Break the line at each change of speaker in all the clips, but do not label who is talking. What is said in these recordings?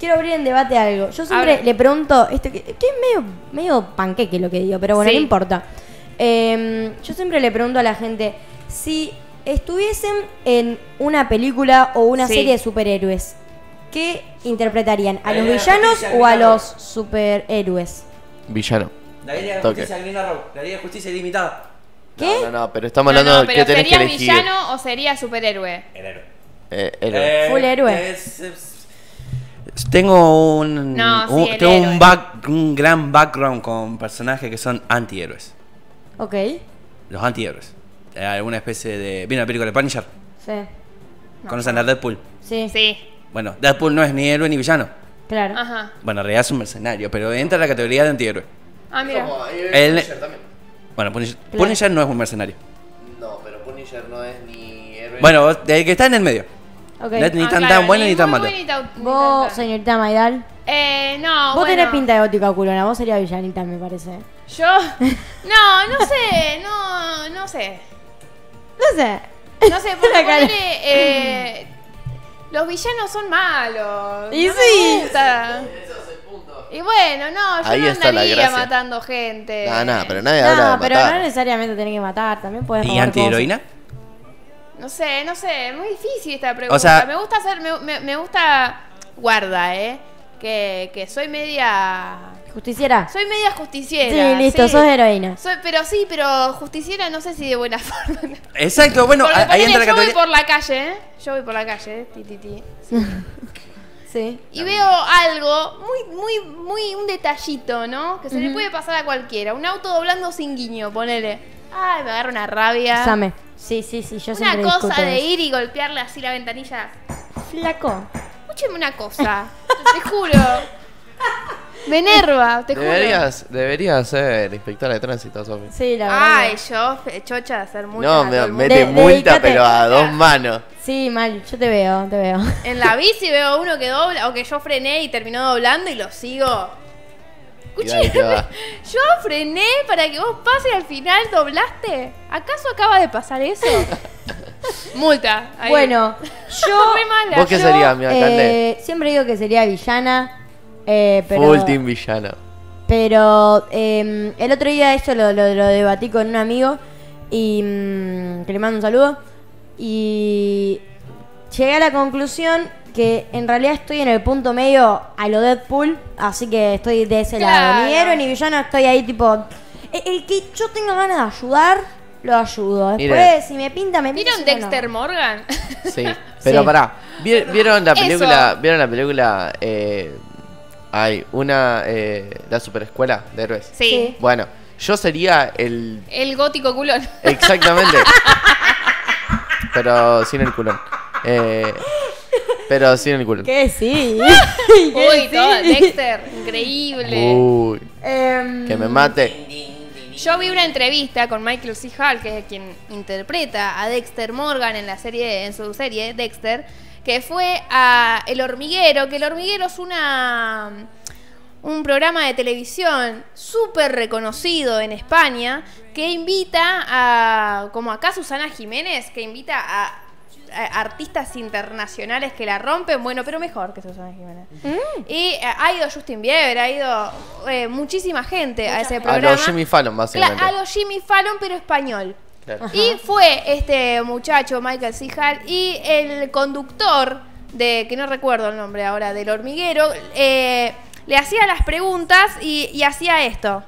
Quiero abrir en debate algo. Yo siempre
Abre.
le pregunto, esto que, que es medio, medio panqueque lo que digo, pero bueno,
Sí.
no importa. Eh, yo siempre le pregunto a la gente, si estuviesen en una película o una
Sí.
serie de superhéroes, ¿qué interpretarían? ¿A
Ahí
los
la
villanos
justicia,
o a
Ricardo.
los superhéroes?
Villano.
La Liga de
Toque.
Justicia, Green Arrow. La Liga de Justicia ilimitada.
¿Qué?
No, no, no, pero estamos hablando de que
pero
tenés que
¿sería
elegir.
villano o sería superhéroe?
El héroe.
Eh, héroe.
Full héroe.
es- es- Tengo un,
No, sí,
un-
el
tengo
héroe.
un, back- un gran background con personajes que son antihéroes.
Ok.
Los antihéroes. Eh, alguna especie de. ¿Vieron la película de Punisher?
Sí.
¿Conocen a Deadpool?
Sí.
Sí. Ah.
Bueno, Deadpool no es ni héroe ni villano.
Claro.
Ajá.
Bueno, en realidad es un mercenario, pero entra en la categoría de antihéroe.
Ah, mira.
Como, eh,
El-
Punisher también.
Bueno, Punisher,
Claro.
Punisher no es un mercenario.
No, pero Punisher no es ni héroe.
Bueno, el que está en el medio.
Ok.
No ni
Ah,
tan-
claro,
tan bueno ni tan
muy
malo.
bueno ni tan- ni
Vos,
tan-
señorita Maidal,
Eh, no,
vos
bueno.
tenés pinta de gótica culona, vos serías villanita, me parece.
Yo. No, no sé. No, no sé.
No sé.
No sé, porque
La cara.
ponele, eh, los villanos son malos.
Y
no me
sí.
gusta. Y bueno, no, yo
Ahí
no
está la
andaría
gracia.
matando gente.
No, Eh, no, pero nadie habla de
No, pero no
matar.
necesariamente tenés que matar, también puedes
¿Y antiheroína?
No sé, no sé, es muy difícil esta pregunta.
O sea-
me gusta hacer, me, me- me gusta, guarda, eh, que, que soy media,
Justiciera.
soy media justiciera.
Sí, listo, sos heroína.
Soy, pero sí, pero justiciera no sé si de buena forma. Porque
Exacto, bueno, ahí ahí
ponele,
entra la
yo voy
categoría.
por la calle, eh, yo voy por la calle, eh, ti, ti, ti.
Sí.
y veo algo, muy, muy, muy, un detallito, ¿no? Que se le puede pasar a cualquiera. Un auto doblando sin guiño, ponele. Ay, me agarra una rabia.
Same. Sí, sí, sí, yo
Una
siempre
cosa
discuto
de
eso.
ir y golpearle así la ventanilla.
Flaco.
Escúcheme una cosa, te juro. Me enerva, te juro.
Deberías, deberías ser inspectora de tránsito, Sofi.
Sí, la verdad.
Ay, yo, fe- chocha, de hacer mucho.
No, me,
De-
mete multa,
dedícate.
pero a dos manos.
Sí, mal, yo te veo, te veo.
En la bici veo uno que dobla, o que yo frené y terminó doblando y lo sigo.
Y dale, que va.
Yo frené para que vos pases y al final doblaste. ¿Acaso acaba de pasar eso? Multa. ahí.
Bueno, yo.
Re mala.
¿Vos qué
yo-
serías, mi alcalde?
eh, siempre digo que sería villana. Eh, pero,
Full team villano.
Pero eh, el otro día esto lo, lo- lo debatí con un amigo y mm, que le mando un saludo. Y llegué a la conclusión que en realidad estoy en el punto medio a lo Deadpool, así que estoy de ese lado. Ni
Claro.
héroe ni villano, estoy ahí tipo... El, el que yo tenga ganas de ayudar, lo ayudo. Después,
Miren.
si me pinta, me pinta.
¿Vieron
si no, no.
Dexter Morgan?
Sí, pero
Sí.
pará. ¿vie- ¿Vieron la
Eso.
película? ¿Vieron la película? eh, hay una. Eh, la superescuela de héroes.
Sí.
Bueno, yo sería el.
El gótico culón.
Exactamente. pero sin el culón. Eh, pero sin el culón.
Que sí. Que sí.
Uy, todo, Dexter,
Uh.
increíble.
Uy,
Em,
que me mate.
Yo vi una entrevista con Michael C. Hall, que es quien interpreta a Dexter Morgan en la serie, en su serie Dexter, que fue a El Hormiguero, que El Hormiguero es una un programa de televisión súper reconocido en España que invita a, como acá Susana Jiménez, que invita a, a artistas internacionales que la rompen, bueno, pero mejor que Susana Jiménez. Y eh, ha ido Justin Bieber, ha ido eh, muchísima gente a ese
A
programa.
los Jimmy Fallon,
Claro,
básicamente.
a los Ah, Jimmy Fallon, pero español.
Claro.
Y fue este muchacho, Michael C. Hall, y el conductor, de que no recuerdo el nombre ahora, del hormiguero, eh, le hacía las preguntas y, y hacía esto.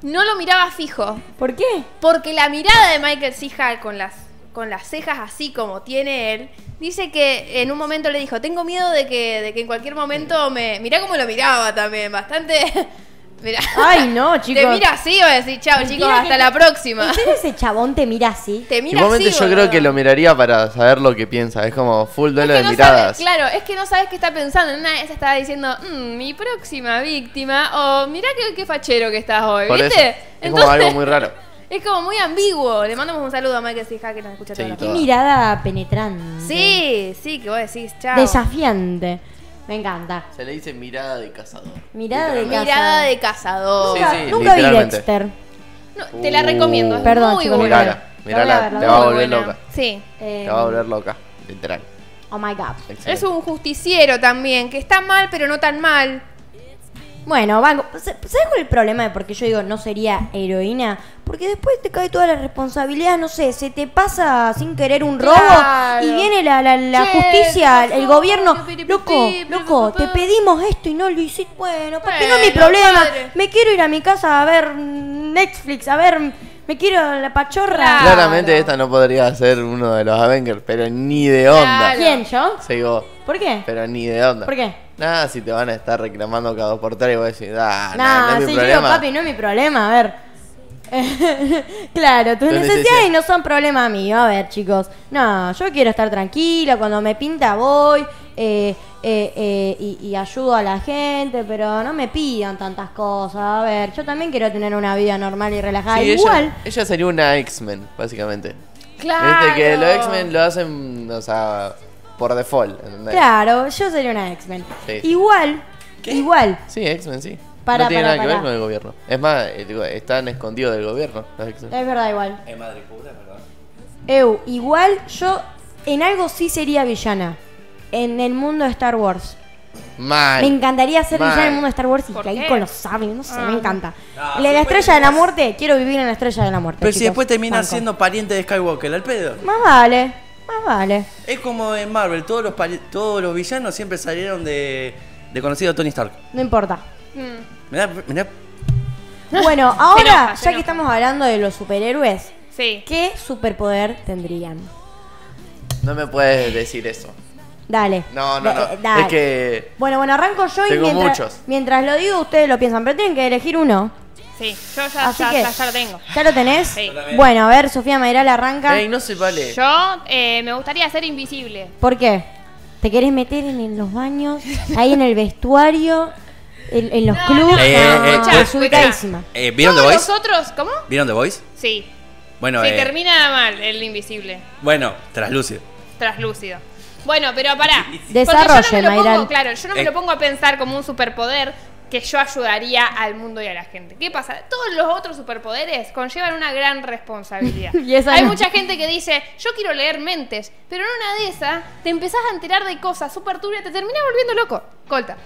No lo miraba fijo,
¿Por qué?
porque la mirada de Michael C. Hall con las, con las cejas así como tiene él, dice que en un momento le dijo, tengo miedo de que, de que en cualquier momento me... Mirá cómo lo miraba también, bastante... Mirá.
Ay, no, chicos.
Te mira así, va a decir, chao chicos,
Mira
hasta
que-
la próxima.
¿En serio ese chabón te mira así?
Te mira
Igualmente
así,
yo creo
boludo.
que lo miraría para saber lo que piensa. Es como full
Es que
duelo de
no sabes-
miradas.
claro, es que no sabes qué está pensando. En una de esas estaba diciendo, "Mm, mi próxima víctima, o mirá qué, qué fachero que estás hoy,
Por eso.
¿viste?
Es como algo muy raro.
es como muy ambiguo. Le mandamos un saludo a Michael Sija que nos escucha
Sí,
toda la
todo.
Qué mirada penetrante.
Sí, sí, que vos decís, chao.
Desafiante. Me encanta.
Se le dice mirada de cazador.
Mirada de
Literalmente.
Mirada de cazador.
Sí,
Nunca,
sí,
nunca vi
literalmente.
Dexter.
No, te la recomiendo, es
Perdón,
muy
chicos,
buena.
Mirala,
La voy a
mirala,
ver, la
te
voy
va a
Muy
volver
buena.
loca.
Sí.
Eh,
Te va a volver loca, literal.
Oh my god.
Es un justiciero también, que está mal, pero no tan mal.
Bueno, banco. ¿Sabes cuál es el problema de por qué yo digo no sería heroína? Porque después te cae toda la responsabilidad, no sé, se te pasa sin querer un robo
Claro.
y viene la, la- la
Che,
justicia,
¿qué pasó?
el gobierno.
Pipiripipi,
Loco, loco, te
pipiripipi".
pedimos esto y no lo hiciste. Bueno, ¿para qué no es mi
Bueno,
problema?
padre.
Me quiero ir a mi casa a ver Netflix, a ver, me quiero la pachorra.
Claro.
Claramente esta no podría ser uno de los Avengers, pero ni de onda.
Claro.
¿Quién, yo?
Sigo,
¿Por qué?
pero ni de onda.
¿Por qué?
Nada, si te van a estar reclamando cada dos por tres y vos decís, ah, nah,
Nah,
no es
sí,
mi
yo
problema.
digo, papi, no es mi problema, a ver. claro, tus
Tus
necesidades
necesidades.
no son problema mío, a ver, chicos. No, yo quiero estar tranquila, cuando me pinta voy eh, eh, eh, y, y ayudo a la gente, pero no me pidan tantas cosas, a ver, yo también quiero tener una vida normal y relajada.
Sí, ella-
Igual,
Ella, sería una X-Men, básicamente.
Claro.
Viste que los X-Men lo hacen, o sea, por default, ¿entendés?
claro, yo sería una X-Men.
Sí.
Igual, igual.
Sí, X-Men, sí.
Pará,
no tiene
pará,
nada que
pará.
ver con el gobierno. Es más, eh, digo, están escondidos del gobierno los X-Men.
Es verdad, igual.
Es madre pura, ¿verdad?
Eu, igual yo en algo sí sería villana. En el mundo de Star Wars.
Mal.
Me encantaría ser
Mal.
villana en el mundo de Star Wars y
¿Por
que ahí
qué?
con los sables, no sé,
Ah.
me encanta.
Ah,
la,
sí,
la
pues,
estrella de la
es-
muerte, quiero vivir en la estrella de la muerte.
Pero si
chicos.
después termina
Banco.
siendo pariente de Skywalker, al pedo.
Más vale, más vale.
Es como en Marvel, todos los, pari- todos los villanos siempre salieron de, de conocido Tony Stark.
No importa.
Mm.
Me da, me da-
Eh,
Bueno,
Se enoja,
ahora,
se
ya que
enoja.
estamos hablando de los superhéroes,
Sí.
¿qué superpoder tendrían?
No me puedes decir eso.
Dale.
No, no,
Da-
no.
eh, dale.
Es que.
Bueno, bueno, arranco yo y
Tengo
mientras,
muchos.
mientras lo digo, ustedes lo piensan, pero tienen que elegir uno.
Sí, yo ya,
Así
ya,
que.
ya- ya lo tengo.
¿Ya lo tenés?
Sí. Yo
Bueno, a ver, Sofía Mayral arranca.
Ey, no se vale.
Yo eh, me gustaría ser invisible.
¿Por qué? ¿Te querés meter en, en los baños? Ahí en el vestuario, en, en los
No,
clubes.
no,
Eh, eh,
No,
eh,
desubicadísima.
Eh, ¿Vieron The
pues, Todos
Voice?
¿Nosotros? ¿Cómo?
¿Vieron The Voice?
Sí.
Bueno,
Se
eh,
termina mal el invisible.
bueno, traslúcido.
Traslúcido. Bueno, pero pará. Porque
Desarrolle,
yo no me lo
Mayral.
pongo, claro, yo no me
Eh.
lo pongo a pensar como un superpoder que yo ayudaría al mundo y a la gente. ¿Qué pasa? Todos los otros superpoderes conllevan una gran responsabilidad.
Y esa
Hay
no.
mucha gente que dice, yo quiero leer mentes, pero en una de esas te empezás a enterar de cosas súper turbias, te terminás volviendo loco. Colta.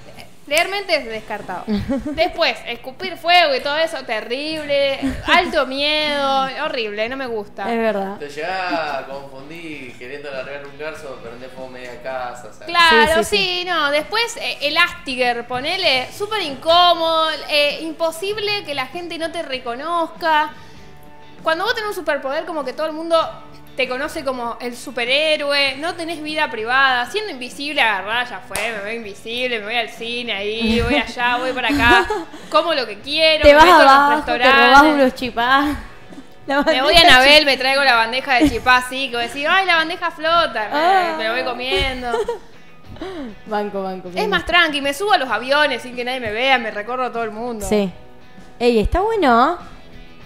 Leer mentes descartado. Después, escupir fuego y todo eso, terrible, alto miedo, horrible, no me gusta.
Es verdad.
Te llegás a confundir queriendo alargar un garzo, prende fuego media casa. o sea.
Claro,
Sí, sí,
sí, no. Después, eh, Elastiger, ponele, súper incómodo, eh, imposible que la gente no te reconozca. Cuando vos tenés un superpoder, como que todo el mundo te conoce como el superhéroe, no tenés vida privada, siendo invisible, agarrá, ya fue, me voy invisible, me voy al cine ahí, voy allá, voy para acá, como lo que quiero,
Te
me
vas
meto en los
abajo, te robás
restaurantes.
unos chipás. La
Me voy
bandeja
a Anabel, me traigo la bandeja de chipá así, que voy a decir, ay, la bandeja flota, me-
Ah.
me la voy comiendo.
chip- Banco, banco.
Es
banco.
más tranqui, me subo a los aviones sin que nadie me vea, me recorro a todo el mundo.
Sí. Ey, está bueno.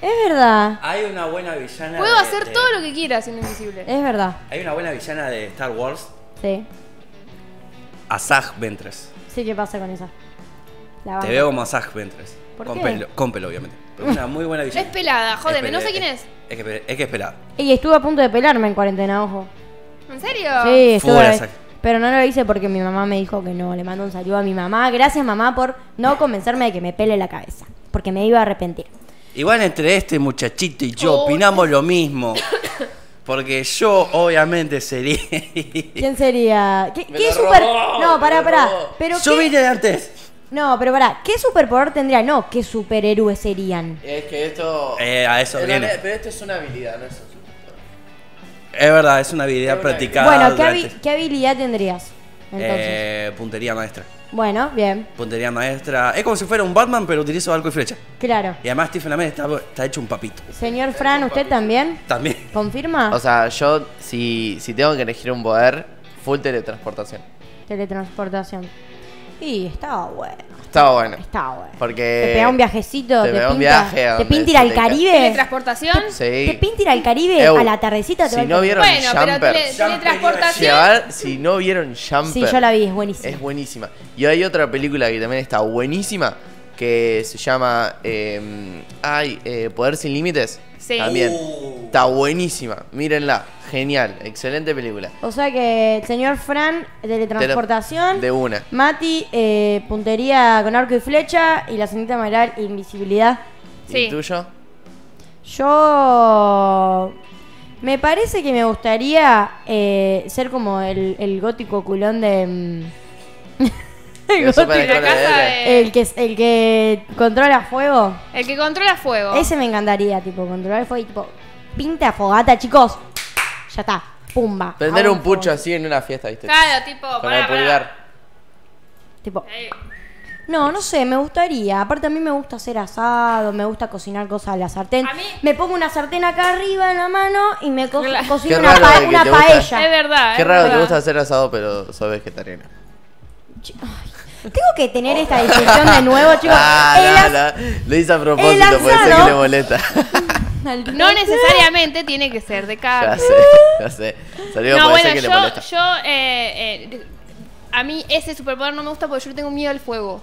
Es verdad.
Hay una buena villana.
Puedo
de-
hacer
de-
Este.
todo lo que quiera siendo invisible.
Es verdad.
Hay una buena villana de Star Wars,
Sí.
Asajj Ventress.
Sí, ¿qué pasa con esa? La
Te
Ah.
banco.
veo como Asajj Ventress.
¿Por
con
qué?
pelo, con pelo, obviamente. Pero una muy buena villana.
Es pelada, jódeme,
Es
no sé
pele-
quién es.
Es que, es que es pelada.
Ey, estuve a punto de pelarme en cuarentena, ojo.
¿En serio?
Sí,
Full
estuve.
attack.
Pero no lo hice porque mi mamá me dijo que no. Le mando un saludo a mi mamá. Gracias, mamá, por no convencerme de que me pele la cabeza. Porque me iba a arrepentir.
Igual entre este muchachito y yo
Oh.
opinamos lo mismo. Porque yo obviamente sería...
¿Quién sería? ¿Qué,
Me
qué
lo
super.?
robó,
no,
me
pará,
lo
pará.
robó.
Pero
yo
qué-
vine de antes.
No, pero pará. ¿Qué superpoder tendría? No, ¿qué superhéroes serían?
Es que esto.
Eh, a eso
pero,
viene.
pero esto es una habilidad, no es
Ah.
un superpoder.
Es verdad, es una habilidad
Es una
practicada
bueno, ¿qué, habi-
durante-
qué habilidad tendrías? Entonces.
Eh, puntería maestra.
Bueno, bien.
Puntería maestra. Es como si fuera un Batman, pero utilizo arco y flecha.
Claro.
Y además Stephen Amell está, está hecho un papito.
Señor Fran, ¿usted también?
También.
¿Confirma?
O sea, yo, si, si tengo que elegir un poder, full teletransportación.
Teletransportación. Y estaba bueno.
Está bueno.
Estaba bueno.
Porque.
Te pega un viajecito, te,
te pega
pinta,
un viaje a
te
donde
pinta ir al
se te ca-
Caribe.
Teletransportación.
Sí.
Te pinta ir al Caribe
Eu,
a la tardecita. Te va
Si
al
no
Caribe.
vieron
Bueno, pero
Jumper.
tele- teletransportación.
Llevar- si no vieron Jumper.
Sí, yo la vi, es buenísima.
Es buenísima. Y hay otra película que también está buenísima, que se llama eh, ay, eh, Poder sin Límites.
Sí.
También.
Uh.
Está buenísima. Mírenla. Genial. Excelente película.
O sea que, señor Fran,
Te lo-
teletransportación.
De una.
Mati, eh, puntería con arco y flecha. Y la señorita Mayral, invisibilidad.
Sí.
¿Y tuyo?
Yo. Me parece que me gustaría eh, ser como el, el gótico culón de. mm, el, gótico-
Eso para
La
escuela de
casa
R.
de-
el que, el que controla fuego.
El que controla fuego.
Ese me encantaría, tipo, controlar el fuego y tipo, pinta fogata, chicos. Ya está, pumba.
Prender
Hago
un pucho
fuego.
así en una fiesta, ¿viste?
Claro, tipo,
Con
pará,
el pulgar.
Tipo,
pará. Eh,
no, no sé, me gustaría. Aparte a mí me gusta hacer asado, me gusta cocinar cosas a la sartén.
A mí-
Me pongo una sartén acá arriba en la mano y me co-
Claro.
cocino
Qué
una,
raro
pa-
de que
una
te gusta.
Es
paella.
verdad.
Qué
es
raro, te
verdad.
gusta hacer asado, pero sos vegetariana.
Tengo que tener esta discusión de nuevo, chicos. El
Oh. Ah,
as-
no, no. Lo hice a propósito,
el
por eso
asado-
que le molesta.
Maldito.
No necesariamente tiene que ser de
ya
carne.
sé, ya sé. Salió
No,
por
bueno,
eso que le
yo,
molesta.
yo eh, eh, a mí ese superpoder no me gusta porque yo le tengo miedo al fuego.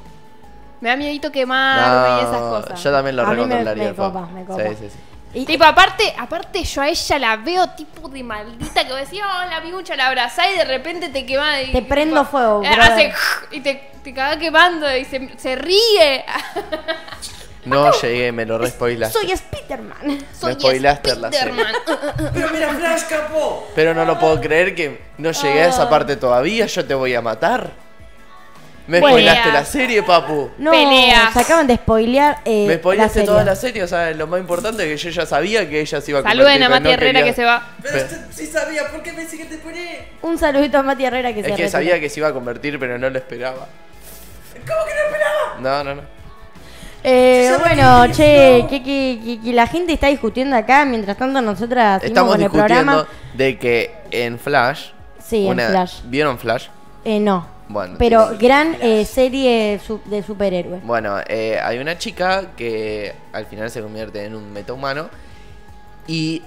Me da miedito quemarme y esas
No,
cosas.
Yo también lo
A mí me-
recontrolaría.
me copa, me copa.
Sí, sí, sí.
Y-
Tipo, aparte, aparte yo a ella la veo tipo de maldita que vos decís, oh, la biucha, la abrazá y de repente te quema. y-
Te prendo
tipo,
fuego,
eh,
brother.
hace y te, te caga quemando y se, se ríe.
No llegué, me lo respoilaste.
Soy Spiderman.
Soy
spoilaste la serie.
Spiderman.
Pero mira, Flash capó.
Pero no lo puedo creer que no llegué a
Ah.
esa parte todavía. Yo te voy a matar. Me
Bueno.
spoilaste la serie, papu.
No,
Peleas.
se acaban de spoilear. eh,
Me spoilaste
la serie.
toda la serie. O sea, lo más importante es que yo ya sabía que ella se iba a convertir.
Saluden a
pero
Mati
no
Herrera
quería-
que se va.
Pero-
este sí sabía, ¿por qué pensé que te poné?
Un saludito a Mati Herrera que se
Es que
retira.
sabía que se iba a convertir, pero no lo esperaba.
¿Cómo que no esperaba?
No, no, no.
Eh,
Se llama
bueno,
Kiki,
che,
no.
que, que- que- que la gente está discutiendo acá, mientras tanto nosotras seguimos
Estamos
con el
discutiendo
programa.
de que en Flash.
Sí, en Flash.
¿Vieron Flash?
Eh, no.
Bueno,
Pero
tiene-
gran eh, serie su- de superhéroes.
Bueno, eh, hay una chica que al final se convierte en un metahumano y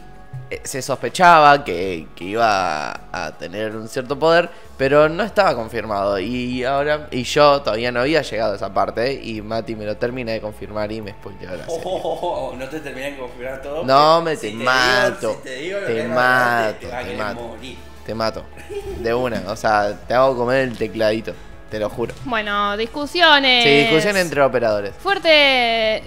eh, se sospechaba que, que iba a, a tener un cierto poder, pero no estaba confirmado. Y ahora y yo todavía no había llegado a esa parte y Mati me lo termina de confirmar y me spoileó la
Oh,
serie.
oh, oh, oh, no te terminé de configurar todo.
No, me- te
eh, Si digo-
mato,
si te digo lo
te
que es verdad,
mato,
te va a
te
querer
mato.
morir.
Te mato. De una, o sea, te hago comer el tecladito, te lo juro.
Bueno, discusiones.
Sí, discusión entre operadores.
Fuerte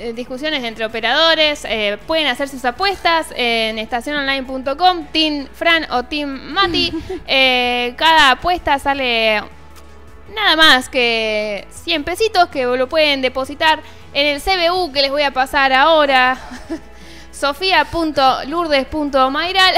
eh, discusiones entre operadores. eh, pueden hacer sus apuestas en estaciononline.com, Team Fran o Team Mati. Eh, cada apuesta sale nada más que 100 pesitos que lo pueden depositar en el CBU que les voy a pasar ahora. Sofía.lourdes.mairal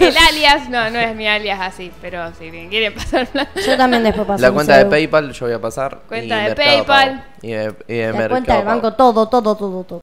El alias, no, no es mi alias así, pero si bien quieren pasar
Yo también después paso.
La
un
cuenta de
saludo.
PayPal yo voy a pasar.
Cuenta de PayPal.
Mercado Pago. Y de, y de
La
Mercado
cuenta del
Pago.
banco, todo, todo, todo, todo.